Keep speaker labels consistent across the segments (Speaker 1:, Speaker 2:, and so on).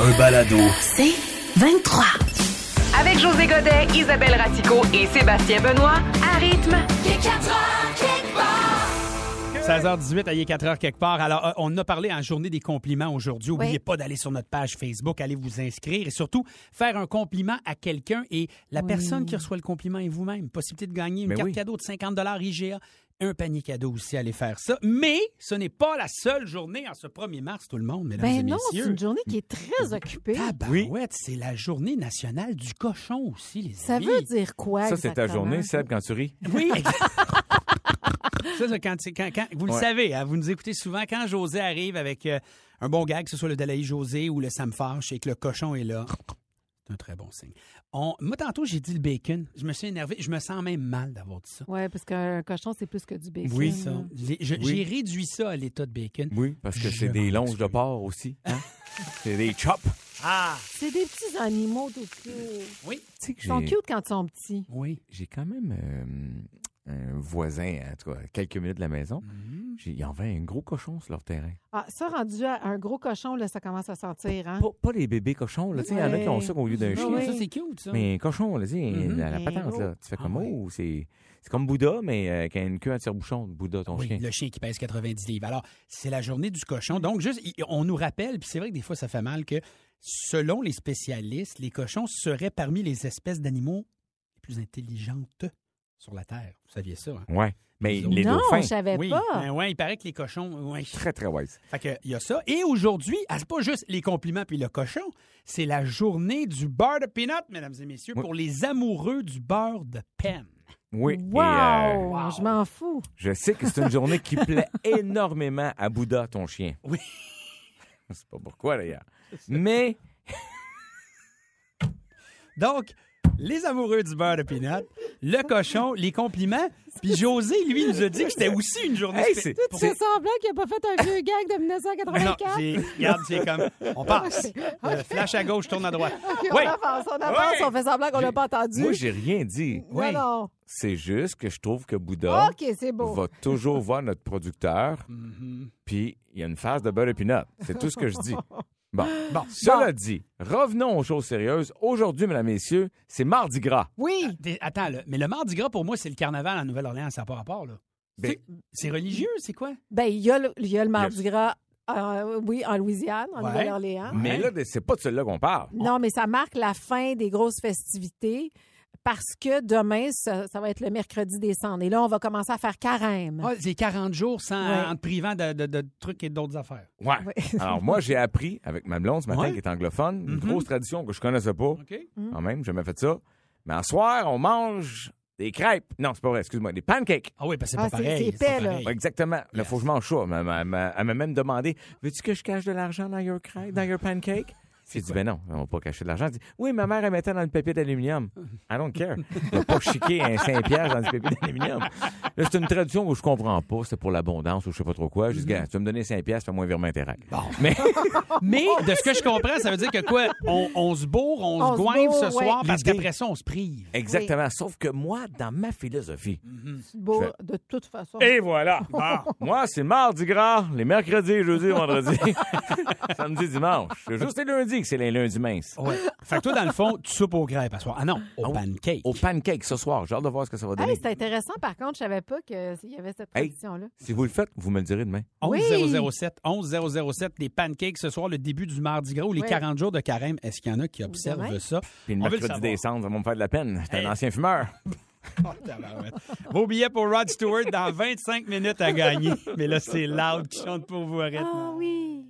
Speaker 1: Un balado.
Speaker 2: C'est 23.
Speaker 3: Avec José Godet, Isabelle Ratico et Sébastien Benoît, à rythme.
Speaker 4: 16h18, à 4h quelque part. Alors, euh, on a parlé en journée des compliments aujourd'hui. N'oubliez pas d'aller sur notre page Facebook, allez vous inscrire et surtout faire un compliment à quelqu'un et la personne qui reçoit le compliment est vous-même. Possibilité de gagner une
Speaker 5: Mais
Speaker 4: carte
Speaker 5: oui.
Speaker 4: cadeau de 50 IGA, un panier cadeau aussi, allez faire ça. Mais ce n'est pas la seule journée en ce 1er mars, tout le monde, mesdames et
Speaker 6: Ben non, c'est
Speaker 4: messieurs.
Speaker 6: une journée qui est très occupée.
Speaker 4: Tabarouette, c'est la journée nationale du cochon aussi, les
Speaker 6: Ça
Speaker 4: amis.
Speaker 6: veut dire quoi
Speaker 5: Ça, c'est ta
Speaker 6: exactement?
Speaker 5: journée, Seb, quand tu ris.
Speaker 4: Oui, exact. Ça, c'est quand, c'est quand- quand- vous le
Speaker 5: Ouais.
Speaker 4: savez, hein, vous nous écoutez souvent, quand José arrive avec euh, un bon gag, que ce soit le Dalaï José ou le Sam Fâche, et que le cochon est là, c'est un très bon signe. On, moi, tantôt, j'ai dit le bacon. Je me suis énervé. Je me sens même mal d'avoir dit ça.
Speaker 6: Oui, parce qu'un cochon, c'est plus que du bacon.
Speaker 5: Oui,
Speaker 4: Ça,
Speaker 6: là.
Speaker 4: les- je-
Speaker 5: Oui. Mm.
Speaker 4: J'ai réduit ça à l'état de bacon.
Speaker 5: Oui, parce que
Speaker 4: Je
Speaker 5: c'est
Speaker 4: m'en
Speaker 5: des longes de
Speaker 4: excuse.
Speaker 5: porc aussi. hein. c'est des chops.
Speaker 4: Ah!
Speaker 6: C'est des petits animaux tout cute.
Speaker 4: Oui.
Speaker 5: Tu sais que
Speaker 6: Ils sont
Speaker 5: j'ai-
Speaker 6: cute quand ils sont petits.
Speaker 4: Oui.
Speaker 5: j'ai quand même euh, un voisin, en tout cas, à quelques minutes de la maison.
Speaker 4: Mm-hmm.
Speaker 5: J'ai- Il y en avait un gros cochon sur leur terrain.
Speaker 6: Ah, ça, rendu à un gros cochon, là, ça commence à sortir, hein?
Speaker 5: Pas, pas les bébés cochons, là. Tu sais, il y en a qui ont ça au lieu d'un
Speaker 6: Ah Ben,
Speaker 5: chien.
Speaker 6: oui.
Speaker 4: Ça, c'est cute, ça.
Speaker 5: Mais un cochon, là, tu sais,
Speaker 4: Mhm.
Speaker 5: la, la
Speaker 6: Un
Speaker 5: patente,
Speaker 6: gros.
Speaker 5: là. Tu fais
Speaker 4: Ah
Speaker 5: comme,
Speaker 4: ouais.
Speaker 5: oh, c'est c'est comme Bouddha, mais euh, qui a une queue à tire-bouchon, Bouddha, ton
Speaker 4: Oui,
Speaker 5: chien.
Speaker 4: le chien qui pèse 90 livres. Alors, c'est la journée du cochon. Donc, juste, il- on nous rappelle, puis c'est vrai que des fois, ça fait mal, que selon les spécialistes, les cochons seraient parmi les espèces d'animaux les plus intelligentes sur la Terre. Vous saviez ça, hein?
Speaker 5: Ouais. Mais les
Speaker 6: non,
Speaker 5: dauphins,
Speaker 6: je savais
Speaker 4: oui,
Speaker 6: pas.
Speaker 4: ben ouais, il paraît que les cochons. Ouais.
Speaker 5: très, très wise.
Speaker 4: Fait que, il y a ça. Et aujourd'hui, ah, c'est pas juste les compliments puis le cochon, c'est la journée du beurre de peanut, mesdames et messieurs,
Speaker 5: Oui.
Speaker 4: pour les amoureux du beurre de peine.
Speaker 5: Oui.
Speaker 6: Wow!
Speaker 5: et, euh,
Speaker 6: Je m'en fous.
Speaker 5: je sais que c'est une journée qui plaît énormément à Bouddha, ton chien.
Speaker 4: Oui.
Speaker 5: Je sais pas pourquoi, d'ailleurs. Mais
Speaker 4: Donc, les amoureux du beurre de peanut, le cochon, les compliments. Puis José, lui, nous a dit que c'était aussi une journée
Speaker 5: Hey,
Speaker 4: spé-
Speaker 5: c'est-
Speaker 6: Tout ça semblant qu'il n'a pas fait un vieux gag de
Speaker 4: Non,
Speaker 6: 1984.
Speaker 4: j'ai- regarde, c'est comme. On passe. Euh, flash à gauche, tourne à droite.
Speaker 6: Ok, on
Speaker 4: Oui.
Speaker 6: avance, on avance,
Speaker 4: Oui.
Speaker 6: on fait semblant qu'on l'a pas entendu.
Speaker 5: moi, j'ai rien dit.
Speaker 6: Non,
Speaker 4: Oui.
Speaker 6: non.
Speaker 5: C'est juste que je trouve que Bouddha
Speaker 6: OK, c'est Oh, beau.
Speaker 5: va toujours voir notre producteur,
Speaker 4: Mm.
Speaker 5: puis il y a une phase de beurre et peanut. C'est tout ce que je dis. Bon.
Speaker 4: Bon.
Speaker 5: Cela dit, revenons aux choses sérieuses. Aujourd'hui, mesdames, messieurs, c'est Mardi Gras.
Speaker 6: Oui.
Speaker 4: Des- Attends, là, mais le mardi gras, pour moi, c'est le carnaval en Nouvelle-Orléans, ça n'a pas rapport, là.
Speaker 5: Ben-
Speaker 4: C'est- C'est religieux, c'est quoi?
Speaker 6: Ben, il y, a le- il y a le mardi gras, euh, oui, en Louisiane, en
Speaker 4: Ouais.
Speaker 6: Nouvelle-Orléans.
Speaker 5: Mais là, c'est pas de celle-là qu'on parle.
Speaker 6: Non, mais ça marque la fin des grosses festivités parce que demain, ça, ça va être le mercredi des cendres. Et là, on va commencer à faire carême.
Speaker 4: Ah, c'est 40 jours sans,
Speaker 6: Ouais.
Speaker 4: en te privant de, de- de trucs et d'autres affaires.
Speaker 5: Ouais. Alors, moi, j'ai appris avec ma blonde ce matin,
Speaker 4: Ouais.
Speaker 5: qui est anglophone, une
Speaker 4: Mhm.
Speaker 5: grosse tradition que je connaissais pas.
Speaker 4: OK?
Speaker 5: Quand même, j'ai jamais fait ça. Mais en soir, on mange des crêpes. Non, c'est pas vrai, excuse-moi, des pancakes.
Speaker 4: Ah oui, parce que c'est
Speaker 6: Ah,
Speaker 4: pas
Speaker 6: c'est-
Speaker 4: pareil.
Speaker 6: c'est
Speaker 4: pas
Speaker 6: épais, là.
Speaker 4: pareil.
Speaker 5: Ouais, exactement. Là,
Speaker 4: Yes.
Speaker 5: faut que je mange ça. Elle m'a- Elle m'a elle m'a même demandé Veux-tu que je cache de l'argent dans your crêpe, dans your pancake J'ai dit Ben non, on va pas cacher de l'argent. Elle dit Oui, ma mère, elle mettait dans une papier d'aluminium. I don't care. Elle va pas chiquer un Saint-Pierre dans une papier d'aluminium. Là, c'est une traduction où je comprends pas. C'est pour l'abondance ou je sais pas trop quoi. Je dis Gars, Tu vas me donner Saint-Pierre, fais-moi un virement intérêt. Mais
Speaker 4: Mais de ce que je comprends, ça veut dire que quoi? On, on se bourre, on,
Speaker 6: On
Speaker 4: se
Speaker 6: se
Speaker 4: goinfre ce
Speaker 6: bourre, ouais.
Speaker 4: soir parce
Speaker 5: L'idée.
Speaker 4: qu'après ça, on se prive.
Speaker 5: exactement. Sauf que moi, dans ma philosophie,
Speaker 6: C'est beau,
Speaker 5: je vais-
Speaker 6: de toute façon.
Speaker 5: Et voilà. Moi, c'est mardi gras, les mercredis, jeudi, vendredi, samedi, dimanche. C'est juste les lundis que c'est les lundis minces.
Speaker 4: Ouais. Fait que toi, dans le fond, tu soupes au grès à soir. Ah non, au pancake.
Speaker 5: Au pancake ce soir. J'ai hâte de voir ce que ça va donner.
Speaker 6: Hey, c'est intéressant, par contre, je savais pas qu'il y avait cette
Speaker 5: Hey.
Speaker 6: tradition-là.
Speaker 5: si vous le faites, vous me le direz demain.
Speaker 4: 11007, 11007, les pancakes ce soir, le début du Mardi Gras ou les
Speaker 6: Ouais.
Speaker 4: 40 jours de carême. Est-ce qu'il y en a qui observent
Speaker 6: demain.
Speaker 4: ça?
Speaker 5: Puis le
Speaker 4: On veut le
Speaker 5: mercredi
Speaker 4: savoir.
Speaker 5: décembre, ça va me faire de la peine. J'étais un ancien fumeur.
Speaker 4: Oh, Tabarouette. Vos billets pour Rod Stewart dans 25 minutes à gagner. Mais là, c'est Loud qui chante pour vous, arrête.
Speaker 6: Ah oui.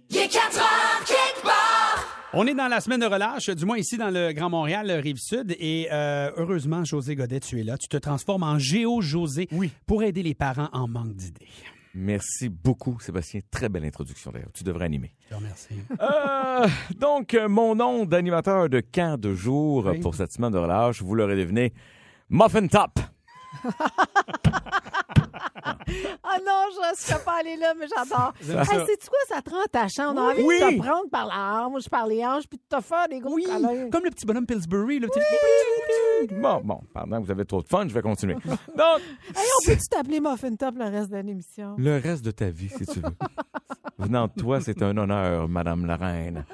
Speaker 4: On est dans la semaine de relâche, du moins ici dans le Grand Montréal, le Rive-Sud. Et euh, heureusement, José Godet, tu es là. Tu te transformes en Géo-José pour aider les parents en manque d'idées.
Speaker 5: Merci beaucoup, Sébastien. Très belle introduction, d'ailleurs. Tu devrais animer.
Speaker 4: Je te remercie.
Speaker 5: Euh, donc, euh, mon nom d'animateur de camp de jour euh, pour cette semaine de relâche, vous l'aurez deviné, Muffin Top.
Speaker 6: Ah non, je ne serais pas allée là, mais j'adore.
Speaker 4: J'aime
Speaker 6: Hey, C'est-tu quoi, ça te rend ta chambre? On a envie
Speaker 5: Oui.
Speaker 6: de te prendre par la hanche, par les hanches, puis de te faire des gros
Speaker 4: Oui,
Speaker 6: câlins.
Speaker 4: comme le petit bonhomme Pillsbury. Le petit...
Speaker 5: Bon, bon, pardon, vous avez trop de fun, je vais continuer. Donc,
Speaker 6: Hey, on peut-tu t'appeler Muffin Top le reste de l'émission?
Speaker 5: le reste de ta vie, si tu veux. Venant de toi, c'est un honneur, Madame la Reine.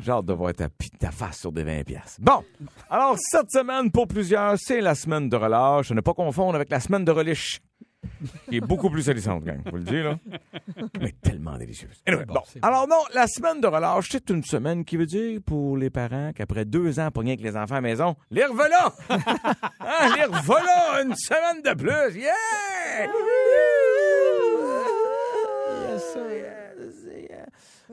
Speaker 5: J'ai hâte de voir ta, pi- ta face sur des 20 pièces. Bon, alors cette semaine, pour plusieurs, c'est la semaine de relâche. À Ne pas confondre avec la semaine de relish. Qui est beaucoup plus salissante, gang. Vous le dites, là? Mais tellement délicieuse. Anyway,
Speaker 4: Bon,
Speaker 5: bon.
Speaker 4: c'est bon.
Speaker 5: Alors non, la semaine de relâche, c'est une semaine qui veut dire pour les parents qu'après deux ans pour rien que les enfants à la maison, les revoilà! Hein, les revoilà! Une semaine de plus! Yeah!
Speaker 6: Oh,
Speaker 4: euh,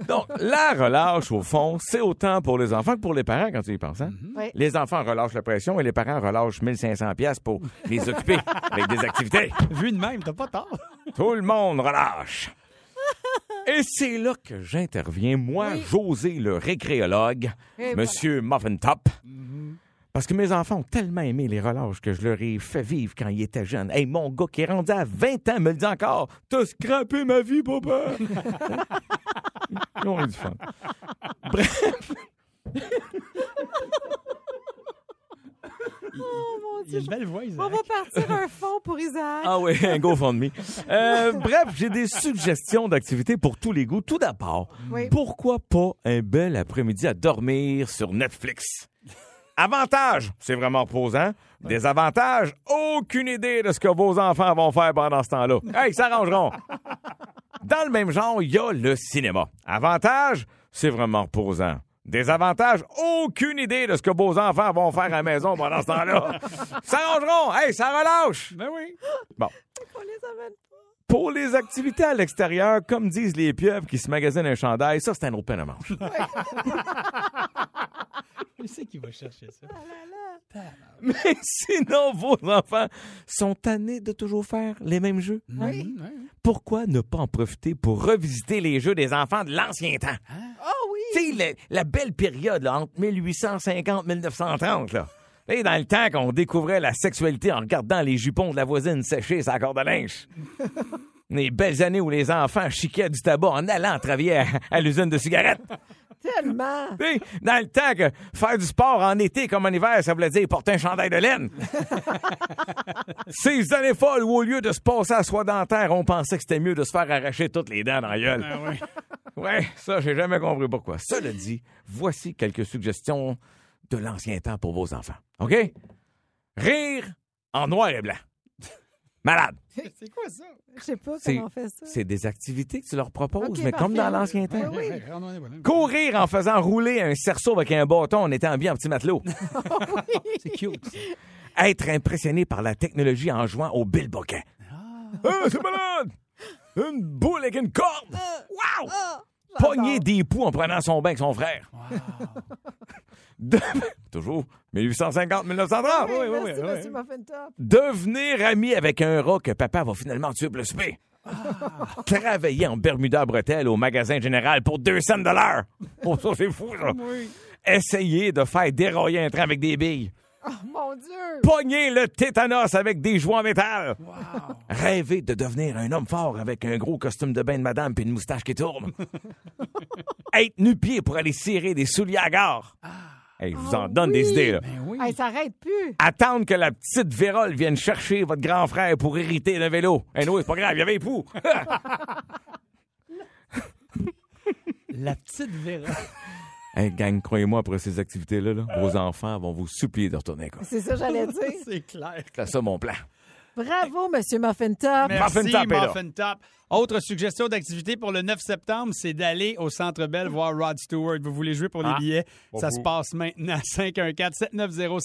Speaker 5: Donc, la relâche, au fond, c'est autant pour les enfants que pour les parents quand tu y penses. hein?
Speaker 6: Oui.
Speaker 5: Les enfants relâchent la pression et les parents relâchent 1500 pièces pour les occuper avec des activités.
Speaker 4: Vu de même, t'as pas tort.
Speaker 5: Tout le monde relâche. Et c'est là que j'interviens, moi, José le récréologue,
Speaker 6: Et Mhm.
Speaker 5: Monsieur Muffin Top. Parce que mes enfants ont tellement aimé les relâches que je leur ai fait vivre quand ils étaient jeunes. Hey, mon gars qui est rendu à 20 ans me le dit encore T'as scrappé ma vie, papa Ils ont eu du fun. Bref,
Speaker 6: Oh mon
Speaker 4: Il a
Speaker 6: Dieu,
Speaker 4: une belle voix,
Speaker 6: on
Speaker 4: Isaac.
Speaker 6: va partir un fond pour Isaac.
Speaker 5: ah oui, un GoFundMe. Euh, bref, j'ai des suggestions d'activités pour tous les goûts. Tout d'abord,
Speaker 6: Oui.
Speaker 5: pourquoi pas un bel après-midi à dormir sur Netflix? Avantages, c'est vraiment reposant. Désavantages, aucune idée de ce que vos enfants vont faire pendant ce temps-là. Hey, ils s'arrangeront. Dans le même genre, il y a le cinéma. Avantage, c'est vraiment reposant. Désavantage, aucune idée de ce que vos enfants vont faire à la maison pendant ce temps-là. Ils S'arrangeront. Hey, ça relâche.
Speaker 4: Ben oui.
Speaker 5: Bon.
Speaker 6: On les amène
Speaker 5: Pour les activités à l'extérieur, comme disent les pieuvres qui se magasinent un chandail, ça, c'est un open à manche.
Speaker 4: Qui c'est qui va chercher ça?
Speaker 5: Mais sinon, vos enfants sont tannés de toujours faire les mêmes jeux.
Speaker 4: Mhm, ouais, ouais.
Speaker 5: Pourquoi ne pas en profiter pour revisiter les jeux des enfants de l'ancien temps?
Speaker 4: Ah.
Speaker 6: Oh oui!
Speaker 5: Tu sais, le- la belle période, là, entre 1850 et 1930, là. Et dans le temps qu'on découvrait la sexualité en regardant les jupons de la voisine sécher sa corde à linge. Les belles années où les enfants chiquaient du tabac en allant travailler à- à l'usine de cigarettes.
Speaker 6: Tellement!
Speaker 5: Tu sais, dans le temps que faire du sport en été comme en hiver, ça voulait dire porter un chandail de laine. Ces années folles où au lieu de se passer à soi dentaire, on pensait que c'était mieux de se faire arracher toutes les dents dans la gueule. Ouais, ça, j'ai jamais compris pourquoi. Cela dit, voici quelques suggestions de l'ancien temps pour vos enfants. OK? Rire en noir et blanc. Malade.
Speaker 4: C'est quoi ça?
Speaker 6: Je sais pas
Speaker 5: C'est-
Speaker 6: comment on fait ça.
Speaker 5: C'est des activités que tu leur proposes,
Speaker 6: Ok,
Speaker 5: mais comme
Speaker 6: parfait.
Speaker 5: dans l'ancien temps.
Speaker 6: Ben oui.
Speaker 4: Ouais, on est bon, hein.
Speaker 5: Courir en faisant rouler un cerceau avec un bâton en étant bien un petit matelot.
Speaker 4: C'est cute. ça.
Speaker 5: Être impressionné par la technologie en jouant au bilboquin. Ah, c'est malade! Une boule avec une corde!
Speaker 6: Euh,
Speaker 5: Wow! Pogner des poux en prenant son bain avec son frère. De- Toujours 1850-1930.
Speaker 6: Ah Oui,
Speaker 5: Oui, oui,
Speaker 6: merci,
Speaker 5: oui,
Speaker 6: monsieur
Speaker 5: oui.
Speaker 6: Muffin Top.
Speaker 5: Devenir ami avec un rat que papa va finalement tuer plus P.
Speaker 6: Ah.
Speaker 5: Travailler en Bermuda bretelle au magasin général pour 200 dollars. Oh, ça, c'est fou, ça. Essayer de faire dérailler un train avec des billes.
Speaker 6: Oh mon Dieu!
Speaker 5: Pogner le tétanos avec des jouets en métal. Rêver de devenir un homme fort avec un gros costume de bain de madame puis une moustache qui tourne. Être nu-pied pour aller cirer des souliers à gare. Hey, je vous en
Speaker 6: Ah
Speaker 5: donne des
Speaker 6: oui.
Speaker 5: idées, là.
Speaker 4: Ben oui.
Speaker 6: Hey, ça arrête plus!
Speaker 5: Attendre que la petite Vérole vienne chercher votre grand frère pour hériter d'un vélo. Eh non, c'est pas grave, il y avait époux.
Speaker 4: La petite Vera.
Speaker 5: hey, gang, croyez-moi, après ces activités-là, là, vos enfants vont vous supplier de retourner à l'école.
Speaker 6: C'est ça que j'allais dire.
Speaker 4: C'est clair.
Speaker 5: C'est ça mon plan.
Speaker 6: Bravo, monsieur Muffin Top.
Speaker 4: Merci,
Speaker 5: Muffin Top est là.
Speaker 4: Muffin Top. Autre suggestion d'activité pour le 9 septembre, c'est d'aller au Centre Bell voir Rod Stewart. Vous voulez jouer pour les
Speaker 5: Ah,
Speaker 4: billets?
Speaker 5: pour
Speaker 4: Ça
Speaker 5: vous.
Speaker 4: se passe maintenant. 514-790-1057.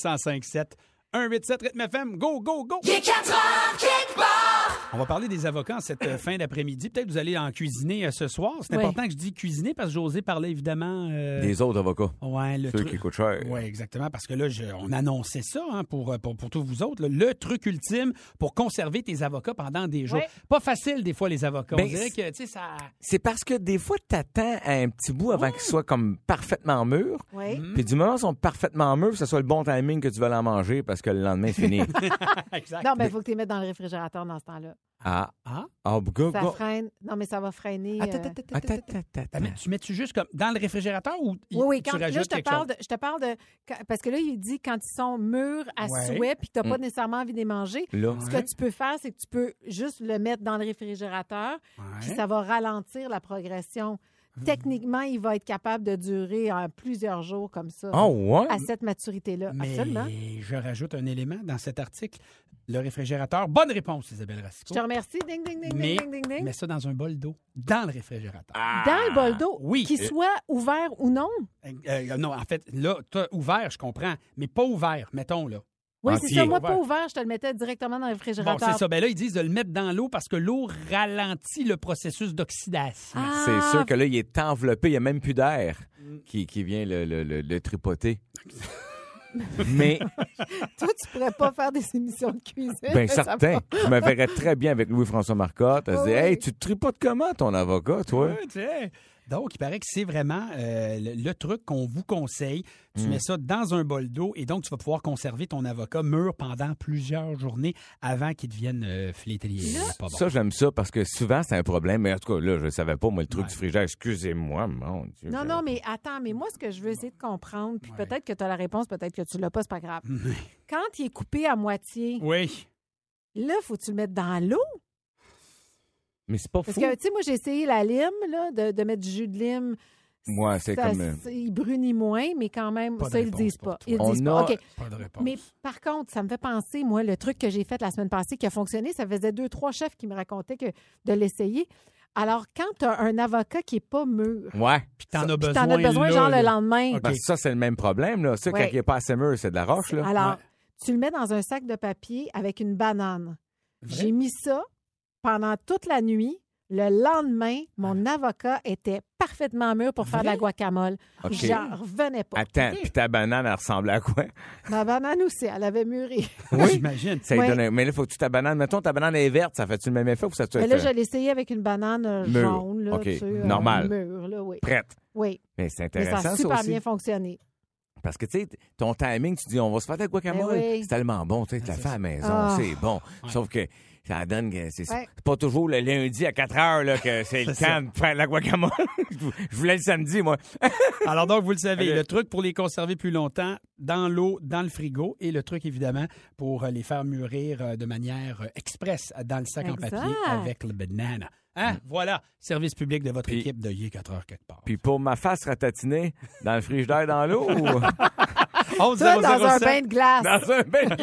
Speaker 4: 187 rythme FM. Go, go, go!
Speaker 1: Les 4 heures quelque part.
Speaker 4: On va parler des avocats en cette euh, fin d'après-midi. Peut-être que vous allez en cuisiner euh, ce soir. C'est
Speaker 6: Oui.
Speaker 4: important que je dis cuisiner parce que José parlait évidemment. euh,
Speaker 5: Des autres avocats.
Speaker 4: Ouais, le
Speaker 5: Ceux
Speaker 4: truc.
Speaker 5: qui coûtent cher.
Speaker 4: Oui, exactement, parce que là, je- on annonçait ça hein, pour, pour, pour tous vous autres. là, le truc ultime pour conserver tes avocats pendant des jours.
Speaker 6: Ouais.
Speaker 4: Pas facile, des fois, les avocats.
Speaker 5: Ben,
Speaker 4: on dirait
Speaker 5: c'est-
Speaker 4: que, tu sais, ça...
Speaker 5: C'est parce que des fois, t'attends à un petit bout avant qu'ils soient comme parfaitement mûrs.
Speaker 6: Oui.
Speaker 5: Puis du moment où ils sont parfaitement mûrs, que ce soit le bon timing que tu vas en manger parce que le lendemain, c'est fini.
Speaker 4: Exact.
Speaker 6: Non, mais il faut que tu les mettes dans le réfrigérateur dans ce temps-là.
Speaker 5: ah,
Speaker 4: Ah.
Speaker 5: ah, go,
Speaker 6: Ça
Speaker 5: go.
Speaker 6: freine. Non, mais ça va freiner.
Speaker 4: Attends,
Speaker 6: euh,
Speaker 4: attends, attends,
Speaker 5: Attends,
Speaker 4: attends,
Speaker 5: attends,
Speaker 4: Ah,
Speaker 5: attends.
Speaker 4: mais tu mets-tu juste comme dans le réfrigérateur ou il-
Speaker 6: Oui, oui,
Speaker 4: tu
Speaker 6: quand, là,
Speaker 4: rajoutes
Speaker 6: je te,
Speaker 4: quelque
Speaker 6: parle
Speaker 4: chose?
Speaker 6: de, je te parle de. quand- parce que là, il dit quand ils sont mûrs à
Speaker 4: Ouais. Mm.
Speaker 6: souhait puis tu n'as pas nécessairement envie de les manger,
Speaker 5: Là, hein?
Speaker 6: ce que tu peux faire, c'est que tu peux juste le mettre dans le réfrigérateur puis
Speaker 4: Ouais. Mmh.
Speaker 6: ça va ralentir la progression. Techniquement, il va être capable de durer euh, plusieurs jours comme ça
Speaker 5: oh, ouais.
Speaker 6: à cette maturité-là.
Speaker 4: Ah Mais
Speaker 6: Absolument.
Speaker 4: je rajoute un élément dans cet article. Le réfrigérateur. Bonne réponse, Isabelle
Speaker 6: Je
Speaker 4: Racicot.
Speaker 6: te remercie. Ding, ding, ding,
Speaker 4: Mais
Speaker 6: ding, ding, ding.
Speaker 4: mets ça dans un bol d'eau, dans le réfrigérateur.
Speaker 5: Ah.
Speaker 6: Dans le bol d'eau,
Speaker 4: oui.
Speaker 6: qu'il soit ouvert ou non.
Speaker 4: Euh, euh, non, en fait, là, t'as ouvert, je comprends, mais pas ouvert, mettons, là.
Speaker 6: Oui,
Speaker 5: Entier.
Speaker 6: c'est ça. Moi, pas
Speaker 4: Ouvert.
Speaker 6: ouvert, je te le mettais directement dans le
Speaker 4: Bon,
Speaker 6: réfrigérateur.
Speaker 4: c'est ça. Ben là, ils disent de le mettre dans l'eau parce que l'eau ralentit le processus d'oxydation.
Speaker 5: C'est
Speaker 6: Ah, Mm.
Speaker 5: sûr que là, il est enveloppé, il n'y a même plus d'air qui, qui vient le, le- le- le tripoter. Mais,
Speaker 6: Toi, tu pourrais pas faire des émissions de cuisine.
Speaker 4: Ben,
Speaker 5: bien
Speaker 6: ça
Speaker 5: ben, certain,
Speaker 6: va.
Speaker 5: je me verrais très bien avec Louis-François Marcotte. Elle se dit
Speaker 6: Oui, oui.
Speaker 5: Hey, tu te tripotes comment ton avocat, toi
Speaker 4: Ouais, tu sais. Donc, il paraît que c'est vraiment euh, le, le truc qu'on vous conseille. Tu mets ça dans un bol d'eau et donc tu vas pouvoir conserver ton avocat mûr pendant plusieurs journées avant qu'il devienne euh, flétri. Pas bon.
Speaker 5: Ça, j'aime ça parce que souvent, c'est un problème. Mais en tout cas, là, je ne savais pas, moi, le truc du frigidaire. Excusez-moi, mon Dieu.
Speaker 6: Non,
Speaker 5: je-
Speaker 6: non, mais attends, mais moi, ce que je veux essayer de comprendre, puis peut-être que tu as la réponse, peut-être que tu l'as pas, c'est pas grave. Quand il est coupé à moitié,
Speaker 4: Oui.
Speaker 6: là, faut-tu le mettre dans l'eau?
Speaker 5: Mais c'est pas
Speaker 6: Parce
Speaker 5: fou.
Speaker 6: que, tu sais, moi, j'ai essayé la lime, là, de, de mettre du jus de lime.
Speaker 5: Moi, c'est
Speaker 6: Ça,
Speaker 5: comme. euh,
Speaker 6: c'est- Il brunit moins, mais quand même,
Speaker 4: Pas de
Speaker 6: ça, ils le
Speaker 4: réponse
Speaker 6: disent
Speaker 4: pour
Speaker 6: pas.
Speaker 4: toi.
Speaker 6: Ils le
Speaker 5: On
Speaker 6: disent pas.
Speaker 5: a-
Speaker 6: OK.
Speaker 4: Pas de réponse.
Speaker 6: Mais par contre, ça me fait penser, moi, le truc que j'ai fait la semaine passée qui a fonctionné, ça faisait deux, trois chefs qui me racontaient que de l'essayer. Alors, quand tu as un avocat qui n'est pas mûr,
Speaker 5: Ouais.
Speaker 4: Puis t'en as
Speaker 6: puis
Speaker 4: besoin.
Speaker 6: t'en as besoin,
Speaker 4: là,
Speaker 6: genre,
Speaker 4: là.
Speaker 6: le lendemain.
Speaker 4: OK.
Speaker 5: Parce que ça, c'est le même problème. Là. Ça,
Speaker 6: Ouais.
Speaker 5: quand il n'est pas assez mûr, c'est de la roche. Là.
Speaker 6: Alors,
Speaker 4: Ouais.
Speaker 6: tu le mets dans un sac de papier avec une banane.
Speaker 4: Vrai?
Speaker 6: J'ai mis ça pendant toute la nuit. Le lendemain, mon
Speaker 5: Ah.
Speaker 6: avocat était parfaitement mûr pour faire de la guacamole.
Speaker 5: OK.
Speaker 6: J'en revenais pas.
Speaker 5: Attends, puis ta banane, elle ressemble à quoi?
Speaker 6: Ma banane aussi, elle avait mûri.
Speaker 4: J'imagine.
Speaker 5: Ça lui
Speaker 6: Ouais.
Speaker 5: donne un- Mais là, faut que tu ta banane. Mettons, ta banane est verte, ça fait-tu le même effet ou ça te
Speaker 6: Mais
Speaker 5: fait
Speaker 6: là, je l'ai essayé avec une banane euh,
Speaker 5: Mûre.
Speaker 6: jaune. Là,
Speaker 5: OK.
Speaker 6: tu sais, euh,
Speaker 5: Normal.
Speaker 6: mûre, là, oui.
Speaker 5: prête?
Speaker 6: Oui.
Speaker 5: Mais c'est
Speaker 6: Mais ça
Speaker 5: intéressant,
Speaker 6: a
Speaker 5: ça,
Speaker 6: super
Speaker 5: aussi.
Speaker 6: bien fonctionné.
Speaker 5: Parce que, tu sais, ton timing, tu dis, on va se faire de la guacamole.
Speaker 6: Ben oui.
Speaker 5: C'est tellement bon, tu sais, tu la fais à la maison,
Speaker 6: Ah.
Speaker 5: c'est bon. Sauf que ça donne que c'est c'est
Speaker 6: Ouais.
Speaker 5: pas toujours le lundi à 4 heures là, que c'est le temps
Speaker 4: C'est ça.
Speaker 5: de faire de la guacamole. je vou- je voulais le samedi, moi.
Speaker 4: Alors donc, vous le savez,
Speaker 5: Allez.
Speaker 4: le truc pour les conserver plus longtemps, dans l'eau, dans le frigo, et le truc, évidemment, pour euh, les faire mûrir euh, de manière euh, express euh, dans le sac
Speaker 6: Exact.
Speaker 4: en papier avec le banana. Hein? Voilà, service public de votre
Speaker 5: Puis-
Speaker 4: équipe de Yé 4 heures quelque part.
Speaker 5: Puis pour ma face ratatinée, dans le frigidaire, dans l'eau, ou
Speaker 6: Ça, dans un
Speaker 4: 11 007.
Speaker 6: bain de glace.
Speaker 5: dans un bel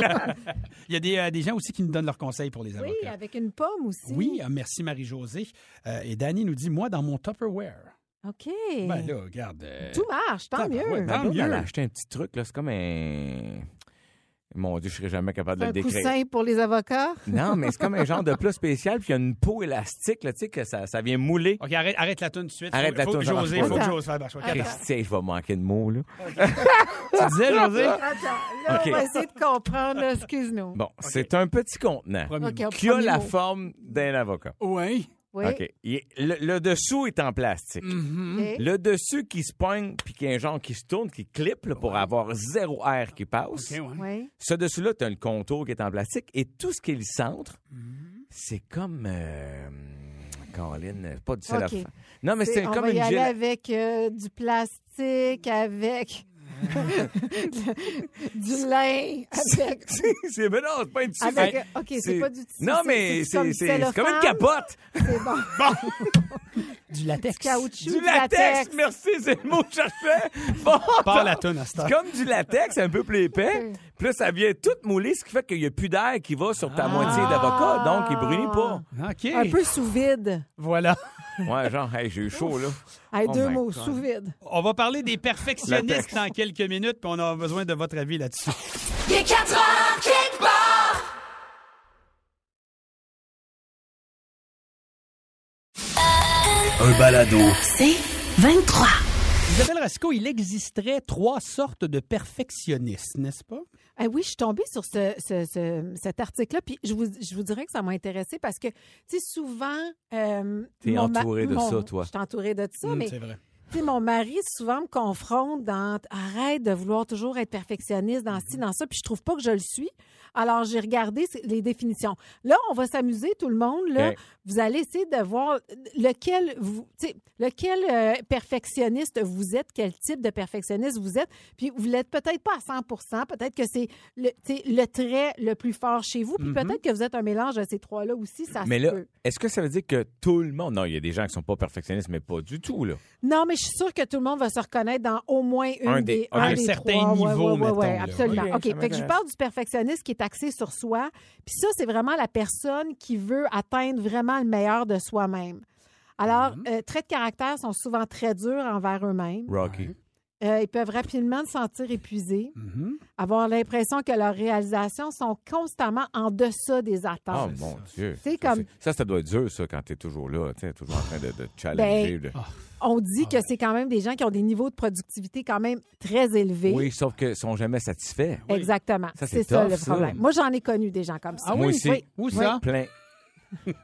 Speaker 4: Il y a des, euh, des gens aussi qui nous donnent leurs conseils pour les avocats.
Speaker 6: Oui, avec une pomme aussi.
Speaker 4: Oui, euh, merci Marie-Josée. Euh, et Danny nous dit, moi, dans mon Tupperware.
Speaker 6: OK.
Speaker 4: Ben là, regarde. euh,
Speaker 6: Tout marche, tant
Speaker 4: tabarouette, hein.
Speaker 6: Ah, mieux. hein.
Speaker 4: Tant
Speaker 5: Elle
Speaker 4: mieux.
Speaker 5: a acheté un petit truc, là, c'est comme un... Mon Dieu, je serais jamais capable de le
Speaker 6: Un
Speaker 5: décrire.
Speaker 6: coussin pour les avocats.
Speaker 5: Non, mais c'est comme un genre de plat spécial, puis il y a une peau élastique, là, tu sais, que ça, ça vient mouler.
Speaker 4: OK, arrête, arrête la toune tout de suite.
Speaker 5: Arrête
Speaker 4: faut,
Speaker 5: la
Speaker 4: faut
Speaker 5: toune,
Speaker 4: que
Speaker 5: ça marche
Speaker 4: Josée,
Speaker 5: pas.
Speaker 4: faut que
Speaker 6: Attends.
Speaker 4: Josée fasse marche. OK, attends.
Speaker 5: Christian, je vais manquer de mots, là.
Speaker 4: Tu disais, Josée?
Speaker 6: Attends, là,
Speaker 5: OK.
Speaker 6: on va essayer de comprendre. là, Excuse-nous.
Speaker 5: Bon, c'est un petit contenant
Speaker 4: Premier
Speaker 6: OK,
Speaker 4: mot.
Speaker 6: au
Speaker 5: qui a
Speaker 6: premier
Speaker 5: la
Speaker 6: mot.
Speaker 5: forme d'un avocat.
Speaker 4: Oui.
Speaker 6: Oui.
Speaker 5: OK. Il est- le, le dessous est en plastique.
Speaker 6: OK.
Speaker 5: Le dessus qui se pogne, puis qui est un genre qui se tourne, qui clip là, pour avoir zéro air qui passe.
Speaker 4: OK, ouais.
Speaker 6: Oui.
Speaker 5: Ce dessous-là, tu as le contour qui est en plastique et tout ce qui est le centre,
Speaker 6: Mm-hmm.
Speaker 5: c'est comme. Euh, Caroline, euh, pas du cellophane. Non, mais c'est
Speaker 6: on
Speaker 5: comme
Speaker 6: va y
Speaker 5: une
Speaker 6: aller
Speaker 5: gélée.
Speaker 6: avec euh, du plastique, avec du lin, avec.
Speaker 5: c'est, mais non, c'est pas une tissu.
Speaker 6: avec Ah, OK, c'est pas du tissu.
Speaker 5: Non, mais
Speaker 6: c'est
Speaker 5: c'est,
Speaker 6: du-
Speaker 5: c'est, c'est
Speaker 6: du
Speaker 5: comme
Speaker 6: cellophane,
Speaker 5: une capote.
Speaker 6: C'est bon.
Speaker 4: Du latex.
Speaker 6: Caoutchouc,
Speaker 5: Du latex, merci, c'est le mot que je cherchais. Bon,
Speaker 4: Parle la toune à cette heure.
Speaker 5: C'est comme du latex, un peu plus épais. Puis là, ça vient tout mouler, ce qui fait qu'il n'y a plus d'air qui va sur
Speaker 6: Ah.
Speaker 5: ta moitié d'avocat, donc il brunit pas.
Speaker 4: OK.
Speaker 6: Un peu sous vide.
Speaker 4: Voilà.
Speaker 6: Ah.
Speaker 5: Ouais, genre, hey, j'ai eu chaud, là.
Speaker 6: Hey,
Speaker 5: Oh
Speaker 6: deux
Speaker 5: my
Speaker 6: mots,
Speaker 5: God.
Speaker 6: sous vide.
Speaker 4: On va parler des perfectionnistes
Speaker 5: Latex.
Speaker 4: dans quelques minutes, puis on aura besoin de votre avis là-dessus.
Speaker 1: Il est 4 heures quelque part. Un balado.
Speaker 2: C'est 23.
Speaker 4: Isabelle Rasco, il existerait trois sortes de perfectionnistes, n'est-ce pas?
Speaker 6: Ah oui, je suis tombée sur ce, ce- ce- cet article-là, puis je vous, je vous dirais que ça m'a intéressée parce que, tu sais, souvent... Euh,
Speaker 5: T'es
Speaker 6: mon ma-
Speaker 5: entourée de
Speaker 6: mon-
Speaker 5: ça, toi.
Speaker 6: Je suis entourée de ça,
Speaker 4: Hum,
Speaker 6: mais
Speaker 4: C'est vrai.
Speaker 6: tu sais, mon mari souvent me confronte dans « arrête de vouloir toujours être perfectionniste dans
Speaker 5: Mhm.
Speaker 6: ci, dans ça », puis je trouve pas que je le suis. Alors, j'ai regardé c- les définitions. Là, on va s'amuser, tout le monde, là.
Speaker 5: OK.
Speaker 6: Vous allez essayer de voir euh, lequel vous, tu sais, lequel euh, perfectionniste vous êtes, quel type de perfectionniste vous êtes. Puis vous l'êtes peut-être pas à 100 peut-être que c'est le, tu sais, le trait le plus fort chez vous. Puis
Speaker 4: Mhm.
Speaker 6: peut-être que vous êtes un mélange de ces trois-là aussi, Ah, ça
Speaker 5: Mais
Speaker 6: se
Speaker 5: là,
Speaker 6: peut.
Speaker 5: est-ce que ça veut dire que tout le monde. Non, il y a des gens qui sont pas perfectionnistes, mais pas du tout, là.
Speaker 6: Non, mais je suis sûre que tout le monde va se reconnaître dans au moins une
Speaker 5: Un
Speaker 6: des,
Speaker 5: des-
Speaker 6: un
Speaker 5: à un
Speaker 6: des
Speaker 4: certain
Speaker 6: trois. Ouais, ouais,
Speaker 4: niveau,
Speaker 6: ouais,
Speaker 4: mettons,
Speaker 6: ouais,
Speaker 4: là.
Speaker 6: absolument.
Speaker 5: Ok,
Speaker 6: OK, fait
Speaker 5: ça
Speaker 6: que je
Speaker 5: m'intéresse.
Speaker 6: parle du perfectionniste qui est axé sur soi. Puis ça, c'est vraiment la personne qui veut atteindre vraiment le meilleur de soi-même. Alors,
Speaker 5: Mhm.
Speaker 6: euh, traits de caractère sont souvent très durs envers eux-mêmes.
Speaker 5: Rocky.
Speaker 6: Euh, ils peuvent rapidement se sentir épuisés,
Speaker 4: Mhm.
Speaker 6: avoir l'impression que leurs réalisations sont constamment en deçà des
Speaker 5: Oh
Speaker 6: attentes.
Speaker 5: mon Dieu.
Speaker 6: C'est
Speaker 5: Ça,
Speaker 6: comme-
Speaker 5: Ça, ça doit être dur, ça, quand t'es toujours là, tu sais, toujours en train de, de challenger.
Speaker 6: Ben,
Speaker 5: de-
Speaker 6: On dit que c'est quand même des gens qui ont des niveaux de productivité quand même très élevés.
Speaker 5: Oui, sauf qu'ils sont jamais satisfaits.
Speaker 6: Exactement.
Speaker 5: Ça, c'est
Speaker 6: c'est ça
Speaker 5: tough,
Speaker 6: le
Speaker 5: ça.
Speaker 6: problème. Moi, j'en ai connu des gens comme ça.
Speaker 4: Ah
Speaker 5: Moi
Speaker 4: oui,
Speaker 5: aussi.
Speaker 4: oui. Où ça?
Speaker 5: Plein.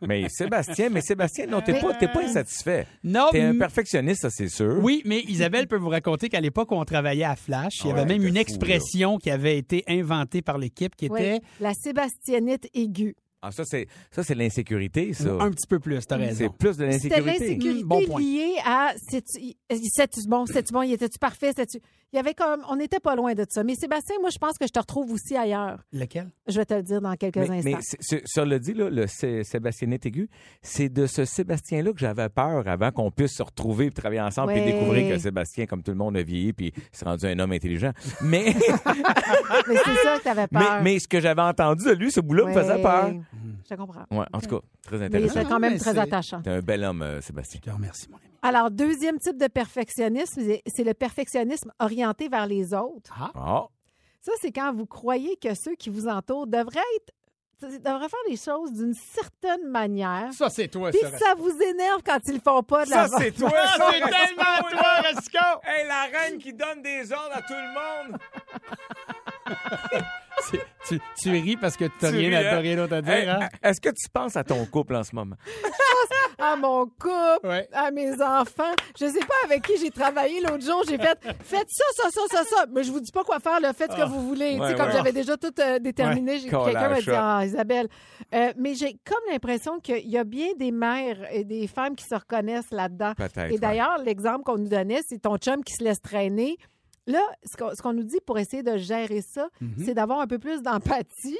Speaker 5: Mais Sébastien, mais Sébastien, non, t'es pas, t'es pas insatisfait.
Speaker 4: Non,
Speaker 5: T'es un
Speaker 4: mais-
Speaker 5: perfectionniste, ça, c'est sûr.
Speaker 4: Oui, mais Isabelle peut vous raconter qu'à l'époque, on travaillait à Flash. Il y
Speaker 5: Ah Ouais,
Speaker 4: avait même
Speaker 5: t'es
Speaker 4: une
Speaker 5: fou,
Speaker 4: expression qui avait été inventée par l'équipe qui
Speaker 6: Oui.
Speaker 4: était
Speaker 6: La sébastianite aiguë.
Speaker 5: Ah, ça, c'est, ça, c'est l'insécurité, ça.
Speaker 4: un petit peu plus, t'as raison.
Speaker 5: C'est plus de
Speaker 6: C'était
Speaker 5: l'insécurité. Hmm,
Speaker 6: l'insécurité
Speaker 4: Mm, bon point.
Speaker 6: liée à c'est-tu c'est-tu bon, c'est-tu bon, était-tu parfait, c'est-tu. Il y avait comme. On n'était pas loin de ça. Mais Sébastien, moi, je pense que je te retrouve aussi ailleurs.
Speaker 4: Lequel?
Speaker 6: Je vais te le dire dans quelques
Speaker 5: Mais, mais
Speaker 6: instants.
Speaker 5: c'est- c'est- ça le dit, là, le sé- Sébastienite aigu, c'est de ce Sébastien-là que j'avais peur avant qu'on puisse se retrouver, puis travailler ensemble,
Speaker 6: Ouais.
Speaker 5: puis découvrir que Sébastien, comme tout le monde, a vieilli, puis s'est rendu un homme intelligent. Mais,
Speaker 6: Mais c'est ça que tu avais
Speaker 5: mais,
Speaker 6: peur.
Speaker 5: mais ce que j'avais entendu de lui, ce bout-là, me faisait
Speaker 6: Ouais.
Speaker 5: peur.
Speaker 6: Je comprends.
Speaker 5: Ouais, en tout cas, très
Speaker 6: Mais il
Speaker 5: intéressant.
Speaker 6: était
Speaker 4: intéressant.
Speaker 6: quand
Speaker 4: Mais
Speaker 6: même très
Speaker 4: c'est-
Speaker 6: attachant.
Speaker 5: T'es un bel homme, euh, Sébastien.
Speaker 4: Je te remercie, mon ami.
Speaker 6: Alors, deuxième type de perfectionnisme, c'est- c'est le perfectionnisme orienté vers les autres.
Speaker 5: Ah,
Speaker 6: Ça, c'est quand vous croyez que ceux qui vous entourent devraient être devraient faire les choses d'une certaine manière.
Speaker 4: Ça, c'est toi,
Speaker 6: Puis ça vous énerve quand ils le font pas de la
Speaker 5: Ça, c'est toi, ça!
Speaker 4: C'est tellement toi, Rasco!
Speaker 5: Hey, la reine qui donne des ordres à tout le monde!
Speaker 4: Tu, tu- tu ris parce que t'as
Speaker 5: Tu
Speaker 4: rien,
Speaker 5: ris,
Speaker 4: à- t'as
Speaker 5: hein?
Speaker 4: rien d'autre à dire,
Speaker 5: Hey,
Speaker 4: hein?
Speaker 5: Est-ce que tu penses à ton couple en ce moment?
Speaker 6: à mon couple,
Speaker 4: Ouais.
Speaker 6: à mes enfants. Je sais pas avec qui j'ai travaillé l'autre jour. J'ai fait faites ça, ça, ça, ça, ça. Mais je vous dis pas quoi faire. Là, faites ce que vous voulez.
Speaker 5: Ah. Ouais,
Speaker 6: Tu sais, comme
Speaker 5: ouais.
Speaker 6: j'avais déjà tout euh, déterminé, j'ai-
Speaker 5: Call
Speaker 6: quelqu'un
Speaker 5: out
Speaker 6: m'a dit
Speaker 5: shot.
Speaker 6: ah Isabelle. Euh, mais j'ai comme l'impression qu'il y a bien des mères et des femmes qui se reconnaissent là-dedans.
Speaker 5: Peut-être,
Speaker 6: Et d'ailleurs, l'exemple qu'on nous donnait, c'est ton chum qui se laisse traîner. Là, ce qu'on ce qu'on nous dit pour essayer de gérer ça,
Speaker 5: Mhm.
Speaker 6: c'est d'avoir un peu plus d'empathie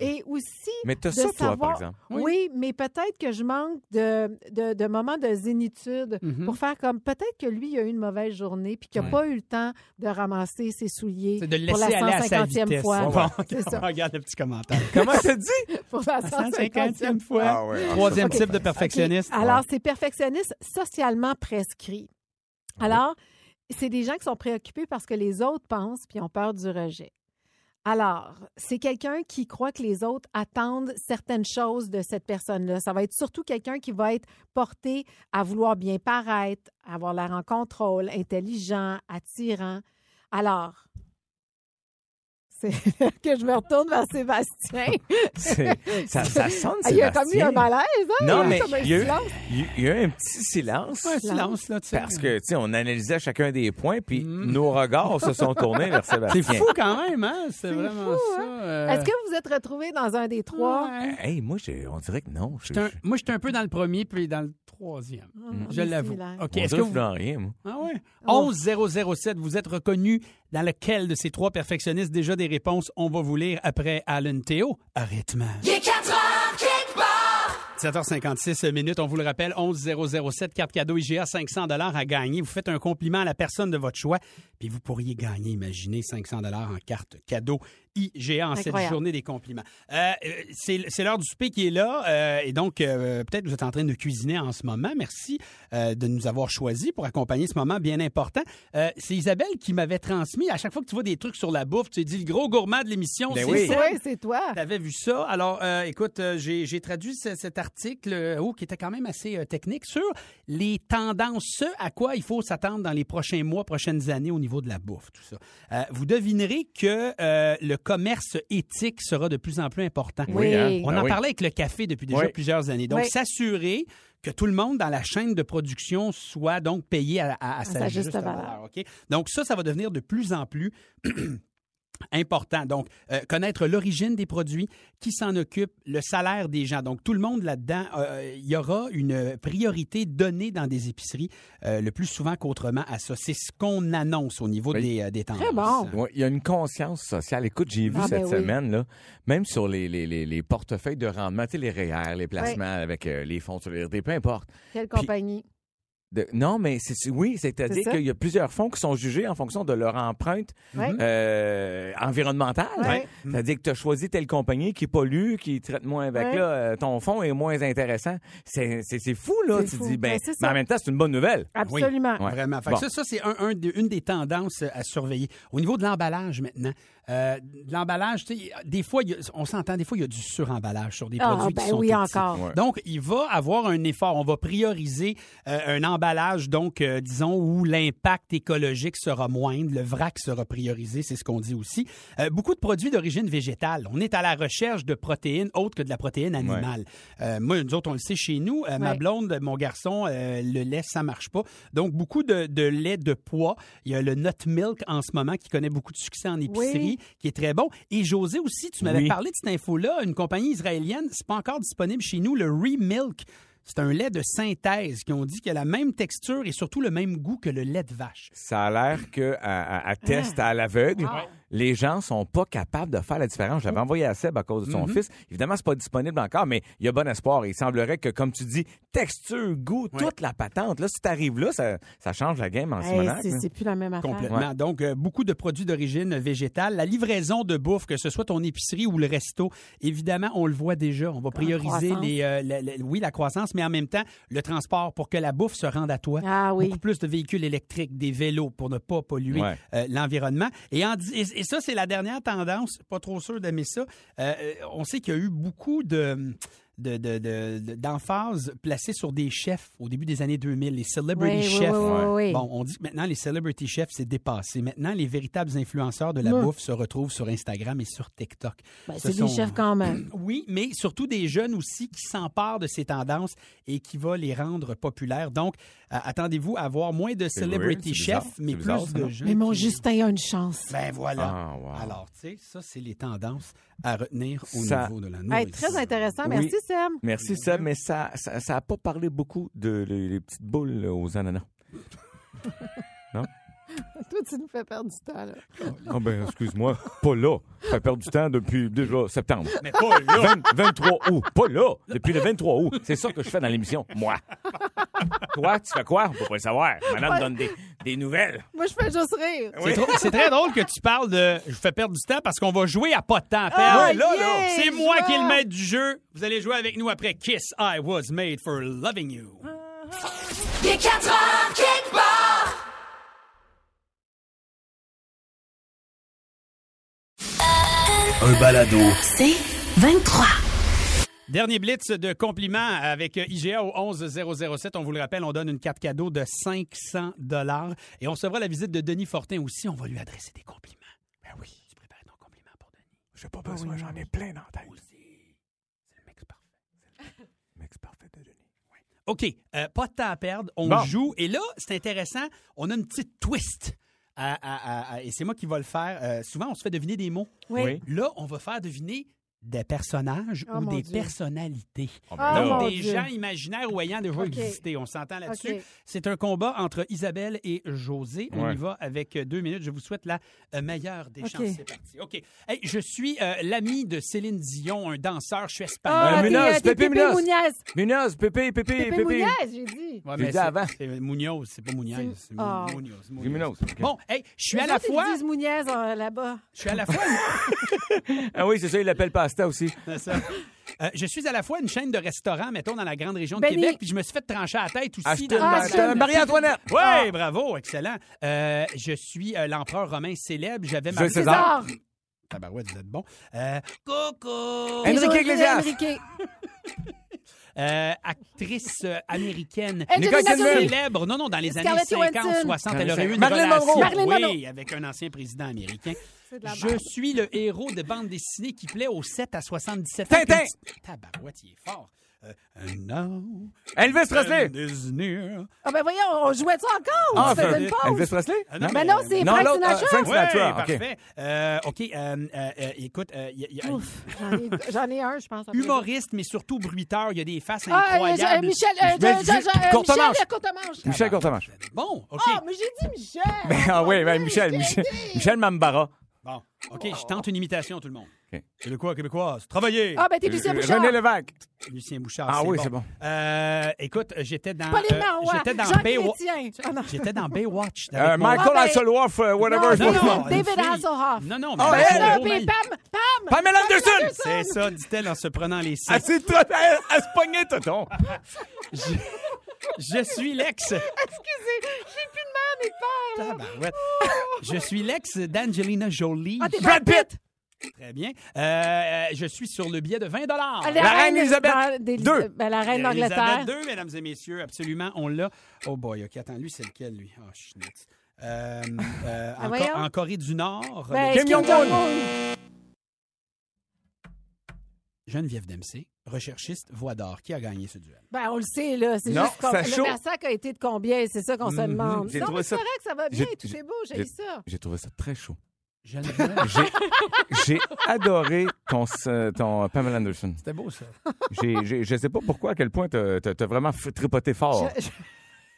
Speaker 6: et aussi
Speaker 5: Mais t'as
Speaker 6: de
Speaker 5: Hum. ça, toi,
Speaker 6: savoir-
Speaker 5: par exemple.
Speaker 6: Oui, mais peut-être que je manque de, de, de moments de zénitude
Speaker 5: Mhm.
Speaker 6: pour faire comme peut-être que lui, il a eu une mauvaise journée puis qu'il n'a pas eu le temps de ramasser ses souliers
Speaker 4: C'est de le
Speaker 6: pour la
Speaker 4: laisser aller à sa
Speaker 6: 150e
Speaker 4: vitesse.
Speaker 6: fois.
Speaker 4: Bon,
Speaker 6: C'est ça,
Speaker 4: regarde le petit commentaire.
Speaker 5: Comment ça dit?
Speaker 6: pour la 150e
Speaker 4: 150e
Speaker 6: fois.
Speaker 4: fois.
Speaker 5: Ah,
Speaker 4: Troisième type de perfectionniste.
Speaker 6: OK. Alors, c'est perfectionniste socialement prescrit. Alors, c'est des gens qui sont préoccupés parce que les autres pensent puis ont peur du rejet. Alors, c'est quelqu'un qui croit que les autres attendent certaines choses de cette personne-là. Ça va être surtout quelqu'un qui va être porté à vouloir bien paraître, avoir l'air en contrôle, intelligent, attirant. Alors, c'est là que je me retourne vers Sébastien.
Speaker 5: C'est- Ça, ça sonne,
Speaker 6: Ah, Il y a comme eu
Speaker 5: Sébastien.
Speaker 6: un malaise, hein?
Speaker 5: Non,
Speaker 6: Il y
Speaker 5: mais
Speaker 6: a comme un
Speaker 5: il y, a eu-
Speaker 6: silence.
Speaker 5: il y a- il y a eu un petit silence.
Speaker 4: Ouais, silence, là, tu sais.
Speaker 5: Parce que, tu sais, on analysait chacun des points, puis
Speaker 6: Mm.
Speaker 5: nos regards se sont tournés vers Sébastien.
Speaker 4: C'est fou quand même, hein? C'est vraiment
Speaker 6: fou,
Speaker 4: ça.
Speaker 6: hein?
Speaker 4: euh,
Speaker 6: Est-ce que vous êtes retrouvé dans un des trois?
Speaker 4: ouais.
Speaker 5: Eh, Hey, moi, j'ai- on dirait que non. Je,
Speaker 4: J'étais un-
Speaker 5: je-
Speaker 4: moi, j'étais un peu dans le premier, puis dans le troisième.
Speaker 6: on
Speaker 4: Je
Speaker 6: est
Speaker 4: l'avoue.
Speaker 6: similaires.
Speaker 4: OK,
Speaker 5: on
Speaker 4: est-ce
Speaker 5: dirait
Speaker 4: que
Speaker 5: je
Speaker 4: vous...
Speaker 5: suis dans rien, moi.
Speaker 4: Ah ouais. 11007, vous êtes reconnu dans lequel de ces trois perfectionnistes déjà des réponses, on va vous lire après Alan Théo. Arrêtement. 7h56 minutes, on vous le rappelle, 11007, carte cadeau IGA, 500 dollars à gagner. Vous faites un compliment à la personne de votre choix, puis vous pourriez gagner, imaginez, 500 dollars en carte cadeau IGA en cette
Speaker 6: Incroyable.
Speaker 4: journée des compliments. Euh, euh, c'est c'est l'heure du souper qui est là. euh, et donc, euh, peut-être que vous êtes en train de cuisiner en ce moment. Merci euh, de nous avoir choisis pour accompagner ce moment bien important. Euh, c'est Isabelle qui m'avait transmis, à chaque fois que tu vois des trucs sur la bouffe, tu dis le gros gourmand de l'émission,
Speaker 5: Ben
Speaker 4: c'est
Speaker 5: oui.
Speaker 4: Seb.
Speaker 6: Oui, c'est toi.
Speaker 4: T'avais vu ça. Alors, euh, écoute, euh, j'ai j'ai traduit ce- cet article euh, oh, qui était quand même assez euh, technique sur les tendances, ce à quoi il faut s'attendre dans les prochains mois, prochaines années au niveau de la bouffe, tout ça. Euh, vous devinerez que euh, le commerce éthique sera de plus en plus important.
Speaker 6: Oui.
Speaker 5: hein?
Speaker 4: On
Speaker 5: Ben
Speaker 4: en
Speaker 5: oui.
Speaker 4: parlait avec le café depuis déjà
Speaker 5: Oui.
Speaker 4: plusieurs années. Donc,
Speaker 6: Oui.
Speaker 4: s'assurer que tout le monde dans la chaîne de production soit donc payé à, à- à sa, juste, valeur. OK? Donc, ça, ça va devenir de plus en plus important. Donc, euh, connaître l'origine des produits, qui s'en occupe, le salaire des gens. Donc, tout le monde là-dedans, euh, il y aura une priorité donnée dans des épiceries euh, le plus souvent qu'autrement à ça. C'est ce qu'on annonce au niveau
Speaker 5: Oui.
Speaker 4: des, euh, des tendances.
Speaker 6: bon.
Speaker 5: Ouais, il y a une conscience sociale. Écoute, j'ai vu
Speaker 6: Ah, ben
Speaker 5: cette
Speaker 6: oui.
Speaker 5: semaine, là, même sur les, les, les, les portefeuilles de rendement, tu sais, les REER, les placements avec euh, les fonds sur les RD, peu importe.
Speaker 6: Quelle
Speaker 5: Puis-
Speaker 6: compagnie.
Speaker 5: De- non, mais c'est, oui, c'est-à-dire
Speaker 6: C'est ça.
Speaker 5: qu'il y a plusieurs fonds qui sont jugés en fonction de leur empreinte
Speaker 4: Mm-hmm.
Speaker 6: Ouais.
Speaker 5: euh, environnementale.
Speaker 6: Ouais.
Speaker 5: C'est-à-dire que tu as choisi telle compagnie qui pollue, qui traite moins avec,
Speaker 6: Ouais.
Speaker 5: là, euh, ton fonds est moins intéressant. C'est, c'est, c'est fou, là.
Speaker 6: C'est
Speaker 5: tu
Speaker 6: fou.
Speaker 5: dis, ben,
Speaker 6: Ben, c'est ça.
Speaker 5: mais en même temps, c'est une bonne nouvelle.
Speaker 4: Ah
Speaker 6: Absolument.
Speaker 5: Ouais.
Speaker 4: Vraiment. Fait
Speaker 5: Bon.
Speaker 4: que ça, ça c'est un- un des- une des tendances à surveiller. Au niveau de l'emballage maintenant, euh, de l'emballage, tu sais, des fois, il y a- on s'entend, des fois, il y a du suremballage sur des
Speaker 6: Ah,
Speaker 4: produits qui
Speaker 6: ben
Speaker 4: sont
Speaker 6: oui,
Speaker 4: tout petits.
Speaker 6: encore.
Speaker 5: Ouais.
Speaker 4: Donc, il va avoir un effort. On va prioriser euh, un emballage, donc, euh, disons, où l'impact écologique sera moindre, le vrac sera priorisé, c'est ce qu'on dit aussi. Euh, beaucoup de produits d'origine végétale. On est à la recherche de protéines autres que de la protéine animale. Euh, moi, nous autres, on le sait chez nous, euh, ma
Speaker 6: Ouais.
Speaker 4: blonde, mon garçon, euh, le lait, ça marche pas. Donc, beaucoup de, de lait de poids. Il y a le nut milk en ce moment qui connaît beaucoup de succès en épicerie, qui est très bon. Et José aussi, tu m'avais
Speaker 5: Oui.
Speaker 4: parlé de cette info-là, une compagnie israélienne, c'est pas encore disponible chez nous, le Remilk. C'est un lait de synthèse qui ont dit qu'il a la même texture et surtout le même goût que le lait de vache.
Speaker 5: Ça a l'air que à,
Speaker 6: Ah.
Speaker 5: à- à test à l'aveugle, les gens sont pas capables de faire la différence.
Speaker 6: Oh.
Speaker 5: J'avais envoyé à Seb à cause de
Speaker 6: Mm-hmm.
Speaker 5: son fils. Évidemment, c'est pas disponible encore, mais il y a bon espoir. Il semblerait que, comme tu dis, texture, goût, toute la patente. Là, si t'arrives là, ça, ça change la game en
Speaker 6: Hey,
Speaker 5: ce moment.
Speaker 6: c'est, c'est plus la même affaire.
Speaker 4: hein. Complètement. Donc, euh, beaucoup de produits d'origine végétale. La livraison de bouffe, que ce soit ton épicerie ou le resto, évidemment, on le voit déjà. On va prioriser,
Speaker 6: croissance.
Speaker 4: les, euh, la- la- oui, la croissance, mais en même temps, le transport pour que la bouffe se rende à toi.
Speaker 6: Ah oui.
Speaker 4: Beaucoup plus de véhicules électriques, des vélos pour ne pas polluer
Speaker 5: Ouais.
Speaker 4: euh, l'environnement. Et, en di- et- et ça, c'est la dernière tendance. Pas trop sûr d'aimer ça. Euh, euh, on sait qu'il y a eu beaucoup de de- de- de- de- d'emphase placée sur des chefs au début des années 2000, les celebrity
Speaker 6: Oui, oui,
Speaker 4: chefs.
Speaker 6: oui, oui, oui.
Speaker 4: Bon, on dit que maintenant les celebrity chefs, c'est dépassé. Maintenant, les véritables influenceurs de la bouffe se retrouvent sur Instagram et sur TikTok.
Speaker 6: Ben,
Speaker 4: Ce
Speaker 6: c'est des
Speaker 4: sont-
Speaker 6: chefs quand même.
Speaker 4: Oui, mais surtout des jeunes aussi qui s'emparent de ces tendances et qui va les rendre populaires. Donc, euh, attendez-vous à avoir moins de
Speaker 5: C'est weird,
Speaker 4: celebrity
Speaker 5: c'est
Speaker 4: chefs,
Speaker 5: bizarre.
Speaker 4: mais
Speaker 5: C'est
Speaker 4: plus
Speaker 5: bizarre, ça,
Speaker 4: de
Speaker 5: non?
Speaker 4: gens.
Speaker 6: Mais mon
Speaker 4: qui-
Speaker 6: Justin a une chance.
Speaker 4: Ben voilà.
Speaker 5: Ah, wow.
Speaker 4: Alors, tu sais, ça, c'est les tendances à retenir au
Speaker 5: Ça-
Speaker 4: niveau de la
Speaker 6: Hey,
Speaker 4: nourriture.
Speaker 6: très intéressant.
Speaker 5: Oui.
Speaker 6: Merci, Sam.
Speaker 5: Merci, Seb, mais ça n'a ça, ça a pas parlé beaucoup de les, les petites boules là, aux ananas.
Speaker 6: Toi, tu nous fais perdre du temps. Là.
Speaker 5: Ah ben, excuse-moi, pas là. Ça fait perdre du temps depuis déjà septembre.
Speaker 4: Mais pas là.
Speaker 5: 20 23 août, pas là, depuis le 23 août. C'est ça que je fais dans l'émission, moi. Toi, tu fais quoi? On peut pas le savoir. Madame donne des, des nouvelles.
Speaker 6: Moi, je fais juste rire.
Speaker 4: C'est trop- C'est très drôle que tu parles de je vous fais perdre du temps parce qu'on va jouer à pas de temps. à perdre.
Speaker 6: Ah, Ouais, là, yeah, là.
Speaker 4: C'est moi
Speaker 6: joie.
Speaker 4: qui est le maître du jeu. Vous allez jouer avec nous après Kiss I Was Made for Loving You.
Speaker 6: Ah.
Speaker 1: Les 4 heures kickball. Un balado.
Speaker 2: C'est 23.
Speaker 4: Dernier blitz de compliments avec IGA au 11 007. On vous le rappelle, on donne une carte cadeau de 500 dollars et on recevra la visite de Denis Fortin aussi. On va lui adresser des compliments. Ben oui. Tu prépares ton compliment pour Denis.
Speaker 5: J'ai pas
Speaker 6: Ah
Speaker 5: besoin, j'en ai plein dans la tête.
Speaker 4: Aussi. C'est le mec parfait.
Speaker 5: Mec, c'est parfait de Denis.
Speaker 4: OK, euh, pas de temps à perdre. On
Speaker 5: Bon.
Speaker 4: joue. Et là, c'est intéressant. On a une petite twist. à- à- à- à- et c'est moi qui vais le faire. Euh, souvent, on se fait deviner des mots.
Speaker 6: Oui.
Speaker 5: Oui.
Speaker 4: Là, on va faire deviner des personnages
Speaker 6: Oh,
Speaker 4: ou
Speaker 6: mon
Speaker 4: des
Speaker 6: Dieu.
Speaker 4: personnalités.
Speaker 5: Ah,
Speaker 6: Ah,
Speaker 5: ben là.
Speaker 6: mon
Speaker 4: des
Speaker 6: Dieu.
Speaker 4: gens imaginaires ou ayant déjà
Speaker 6: Ok.
Speaker 4: existé. On s'entend là-dessus.
Speaker 6: Ok.
Speaker 4: C'est un combat entre Isabelle et José. On
Speaker 5: Ouais.
Speaker 4: y va avec euh, deux minutes. Je vous souhaite la euh, meilleure des
Speaker 6: Ok.
Speaker 4: chances. C'est parti. OK. Hey, je suis euh, l'ami de Céline Dion, un danseur. Je suis espagnol.
Speaker 6: Ah,
Speaker 5: Ben,
Speaker 6: t'es,
Speaker 5: Munoz,
Speaker 6: euh, t'es
Speaker 5: Pépé
Speaker 6: Pépé
Speaker 5: Munoz.
Speaker 6: Mouniez.
Speaker 5: Munoz, Pépé, Pépé,
Speaker 6: Pépé
Speaker 5: Pépé.
Speaker 6: Mouniez, j'ai dit.
Speaker 4: Ouais,
Speaker 5: J'ai
Speaker 4: mais
Speaker 5: dit
Speaker 4: c'est-
Speaker 5: avant.
Speaker 4: c'est Munoz, c'est pas Mouniez. C'est Mu-
Speaker 6: Ah.
Speaker 4: Munoz, Munoz.
Speaker 5: J'ai Munoz, ok.
Speaker 4: Bon, hey, je suis
Speaker 6: Les
Speaker 4: à la
Speaker 6: autres, ils
Speaker 4: fois.
Speaker 6: disent Mouniez euh, là-bas.
Speaker 4: Je suis à la fois.
Speaker 5: Ah oui, c'est ça, il l'appelle pasta aussi.
Speaker 4: C'est ça. Euh, je suis à la fois une chaîne de restaurants, mettons, dans la grande région de
Speaker 6: Benny.
Speaker 4: Québec, puis je me suis fait trancher la tête aussi.
Speaker 5: Ashton,
Speaker 4: dans le-
Speaker 6: Ben, Ashton.
Speaker 5: Ashton, Marie-Antoinette.
Speaker 4: Oui, bravo, excellent. Euh, je suis euh, l'empereur romain célèbre. J'avais ma...
Speaker 5: Jules César.
Speaker 4: Tabarouette, vous êtes bon. Euh, Coco!
Speaker 5: Ah, Enrique
Speaker 6: José
Speaker 5: Iglesias.
Speaker 6: Enrique.
Speaker 4: Euh, actrice euh, américaine.
Speaker 6: Angelina
Speaker 5: Nicole Kidman.
Speaker 6: Jolie.
Speaker 4: Célèbre, non, non, dans les années
Speaker 6: Scarlett
Speaker 4: 50,
Speaker 6: Johansson.
Speaker 4: 60, elle
Speaker 5: Johansson.
Speaker 4: aurait eu une
Speaker 5: Marilyn
Speaker 4: relation
Speaker 5: Monroe.
Speaker 6: Marilyn
Speaker 4: oui,
Speaker 6: Monroe.
Speaker 4: avec un ancien président américain.
Speaker 6: C'est de la
Speaker 4: Je
Speaker 6: merde.
Speaker 4: suis le héros de bande dessinée qui plaît aux 7 à 77
Speaker 5: Tintin.
Speaker 4: Tabarouette, il est fort. Euh, non.
Speaker 5: Elvis Presley.
Speaker 6: Ah ben voyons, on jouait ça encore ou
Speaker 5: Ah,
Speaker 6: tu faisais
Speaker 5: c'est-
Speaker 6: une pause?
Speaker 5: Elvis Presley?
Speaker 4: Ah, non,
Speaker 6: Ben non, c'est
Speaker 5: Non,
Speaker 6: Frank
Speaker 5: l'autre,
Speaker 6: Sinatra.
Speaker 5: euh, Frank
Speaker 4: Oui,
Speaker 5: Sinatra, OK.
Speaker 4: parfait. Euh, OK, euh, euh, euh, écoute, euh, il y a- il y a-
Speaker 6: Ouf, j'en ai, j'en ai un, je pense. après.
Speaker 4: humoriste, mais surtout bruiteur, il y a des faces
Speaker 6: Ah, euh, euh,
Speaker 4: incroyables.
Speaker 6: Michel, euh,
Speaker 5: Michel
Speaker 6: je- je- je- euh,
Speaker 5: Courtemanche.
Speaker 6: Michel Courtemanche.
Speaker 5: Michel Courtemanche.
Speaker 4: Bon, OK.
Speaker 6: Ah, mais j'ai dit Michel.
Speaker 5: Ah oui, ben
Speaker 6: Dieu,
Speaker 5: Michel,
Speaker 6: j'ai
Speaker 5: Michel,
Speaker 6: dit.
Speaker 5: Michel Mambara.
Speaker 4: Bon, OK, je tente une imitation, tout le monde.
Speaker 5: OK.
Speaker 4: Québécois, Québécoise, travaillez!
Speaker 6: Ah, ben t'es Lucien Bouchard.
Speaker 5: Euh, René Lévesque.
Speaker 4: Lucien Bouchard,
Speaker 5: Ah
Speaker 4: c'est
Speaker 5: oui,
Speaker 4: bon.
Speaker 5: c'est bon.
Speaker 4: Euh, écoute, j'étais dans...
Speaker 6: Pauline
Speaker 4: euh,
Speaker 6: Marois.
Speaker 4: J'étais dans
Speaker 6: Jean
Speaker 4: Baywatch.
Speaker 6: Chrétien. Ah, non.
Speaker 4: J'étais dans Baywatch.
Speaker 5: Euh,
Speaker 4: avec mon-
Speaker 5: Michael
Speaker 6: Ah, ben-
Speaker 5: Hasselhoff, euh,
Speaker 6: Non,
Speaker 5: whatever.
Speaker 4: Non,
Speaker 5: je sais pas.
Speaker 4: non,
Speaker 6: David
Speaker 4: une fille-
Speaker 6: Hasselhoff.
Speaker 4: Non, non, mais...
Speaker 5: Oh,
Speaker 4: Michael
Speaker 5: elle!
Speaker 6: Ah,
Speaker 4: Romain.
Speaker 6: puis Pam, Pam.
Speaker 5: Pamela Anderson!
Speaker 4: C'est ça, dit-elle en se prenant les seins.
Speaker 5: Elle
Speaker 6: Ah.
Speaker 5: s'est trop- elle- elle se pognait, tonton.
Speaker 4: Je suis l'ex...
Speaker 6: Excusez, j'ai plus de mère ni de père. là.
Speaker 4: Tabarouette. Je suis l'ex d'Angelina Jolie.
Speaker 6: Ah, t'es
Speaker 5: Brad Pitt!
Speaker 4: Très bien. Euh, je suis sur le billet de 20
Speaker 6: Ah,
Speaker 5: La reine Élisabeth
Speaker 6: d'Élis-
Speaker 5: deux.
Speaker 6: Ben, la reine d'Angleterre.
Speaker 4: Elisabeth II, mesdames et messieurs, absolument, on l'a. Oh boy, OK, attends, lui, c'est lequel, lui? Oh, schnitz. Euh, euh, en,
Speaker 6: Ah, voyons.
Speaker 4: Co- en Corée du Nord,
Speaker 6: Ben,
Speaker 4: le-
Speaker 5: Kim Jong-un.
Speaker 4: Geneviève Dempsey, recherchiste, voix d'or, qui a gagné ce duel?
Speaker 6: Ben, on le sait, là. C'est
Speaker 5: Non,
Speaker 6: juste qu'on-
Speaker 5: ça
Speaker 6: le
Speaker 5: chaud.
Speaker 6: massacre a été de combien? C'est ça qu'on se
Speaker 4: Mhm.
Speaker 6: demande.
Speaker 5: J'ai
Speaker 6: Non,
Speaker 5: trouvé
Speaker 6: mais c'est
Speaker 5: ça-
Speaker 6: correct, ça va bien,
Speaker 5: J'ai-
Speaker 6: tout est beau, j'ai
Speaker 5: j'ai-
Speaker 6: dit ça.
Speaker 5: J'ai trouvé ça très chaud.
Speaker 4: Geneviève,
Speaker 5: J'ai, j'ai adoré ton, ce- ton euh, Pamela Anderson.
Speaker 4: c'était beau, ça.
Speaker 5: J'ai, j'ai- je sais pas pourquoi, à quel point t'as, t'as- t'as vraiment f- tripoté fort.
Speaker 6: Je-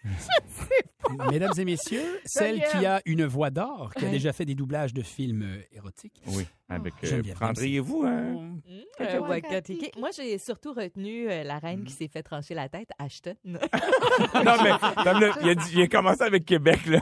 Speaker 6: je-
Speaker 4: Mesdames et messieurs, celle qui a une voix d'or, qui a déjà fait des doublages de films euh, érotiques.
Speaker 5: Oui. Avec, euh,
Speaker 4: Geneviève,
Speaker 5: prendriez-vous un...
Speaker 7: Euh,
Speaker 6: Toi,
Speaker 7: Wakatiki.
Speaker 6: Kiki.
Speaker 7: Moi, j'ai surtout retenu euh, la reine qui
Speaker 5: Mhm.
Speaker 7: s'est fait trancher la tête, Ashton. Euh,
Speaker 5: Non, mais attends, là, il, a dit- il a commencé avec Québec, là.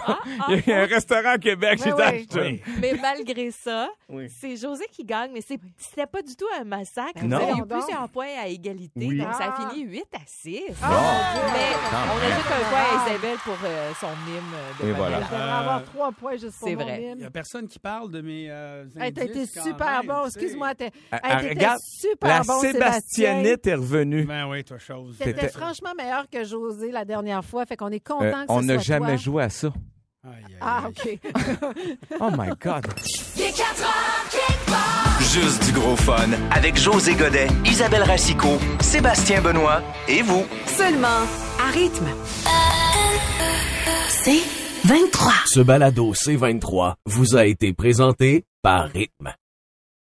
Speaker 5: il y a un restaurant à Québec,
Speaker 6: Ah, Oui,
Speaker 5: j'ai
Speaker 6: oui.
Speaker 5: acheté.
Speaker 7: mais malgré ça,
Speaker 5: Oui.
Speaker 7: c'est José qui gagne, mais c'est- c'était pas du tout un massacre.
Speaker 5: Non.
Speaker 7: Vous avez
Speaker 6: Voyons
Speaker 7: eu
Speaker 6: donc.
Speaker 7: plusieurs points à égalité,
Speaker 5: Oui. Ah,
Speaker 7: donc ça
Speaker 6: Ah.
Speaker 7: a fini 8 à 6.
Speaker 5: Bon.
Speaker 7: Mais
Speaker 5: Ah,
Speaker 7: on ajoute un point à Isabelle pour euh, son mime euh, de
Speaker 5: Et
Speaker 7: Pamela.
Speaker 5: voilà.
Speaker 6: Je devrais avoir trois points juste pour
Speaker 7: c'est
Speaker 6: mon
Speaker 7: vrai.
Speaker 6: mime.
Speaker 4: Il n'y a personne qui parle de mes. euh,
Speaker 6: Hey, t'as été
Speaker 4: indices, quand
Speaker 6: super
Speaker 4: même,
Speaker 6: bon.
Speaker 4: tu sais.
Speaker 6: Excuse-moi. t'es-
Speaker 5: Ah,
Speaker 6: hey,
Speaker 5: ah,
Speaker 6: t'étais
Speaker 5: regarde,
Speaker 6: super
Speaker 5: La
Speaker 6: bon, Sébastien.
Speaker 5: Sébastianite est revenue.
Speaker 4: Ben oui, toi, chose.
Speaker 6: T'étais
Speaker 5: T'étais-
Speaker 6: franchement meilleur que José la dernière fois. Fait qu'on est content
Speaker 5: Euh,
Speaker 6: que ce
Speaker 5: on n'a
Speaker 6: soit
Speaker 5: jamais
Speaker 6: toi.
Speaker 5: joué à ça.
Speaker 4: Aïe, aïe,
Speaker 6: Ah,
Speaker 4: aïe.
Speaker 6: OK.
Speaker 5: Oh my God.
Speaker 1: Les 4 heures quelque part.
Speaker 8: Juste du gros fun avec José Godet, Isabelle Racicot, Sébastien Benoît et vous.
Speaker 2: Seulement à rythme. C'est 23.
Speaker 9: Ce balado C23 vous a été présenté par Rythme.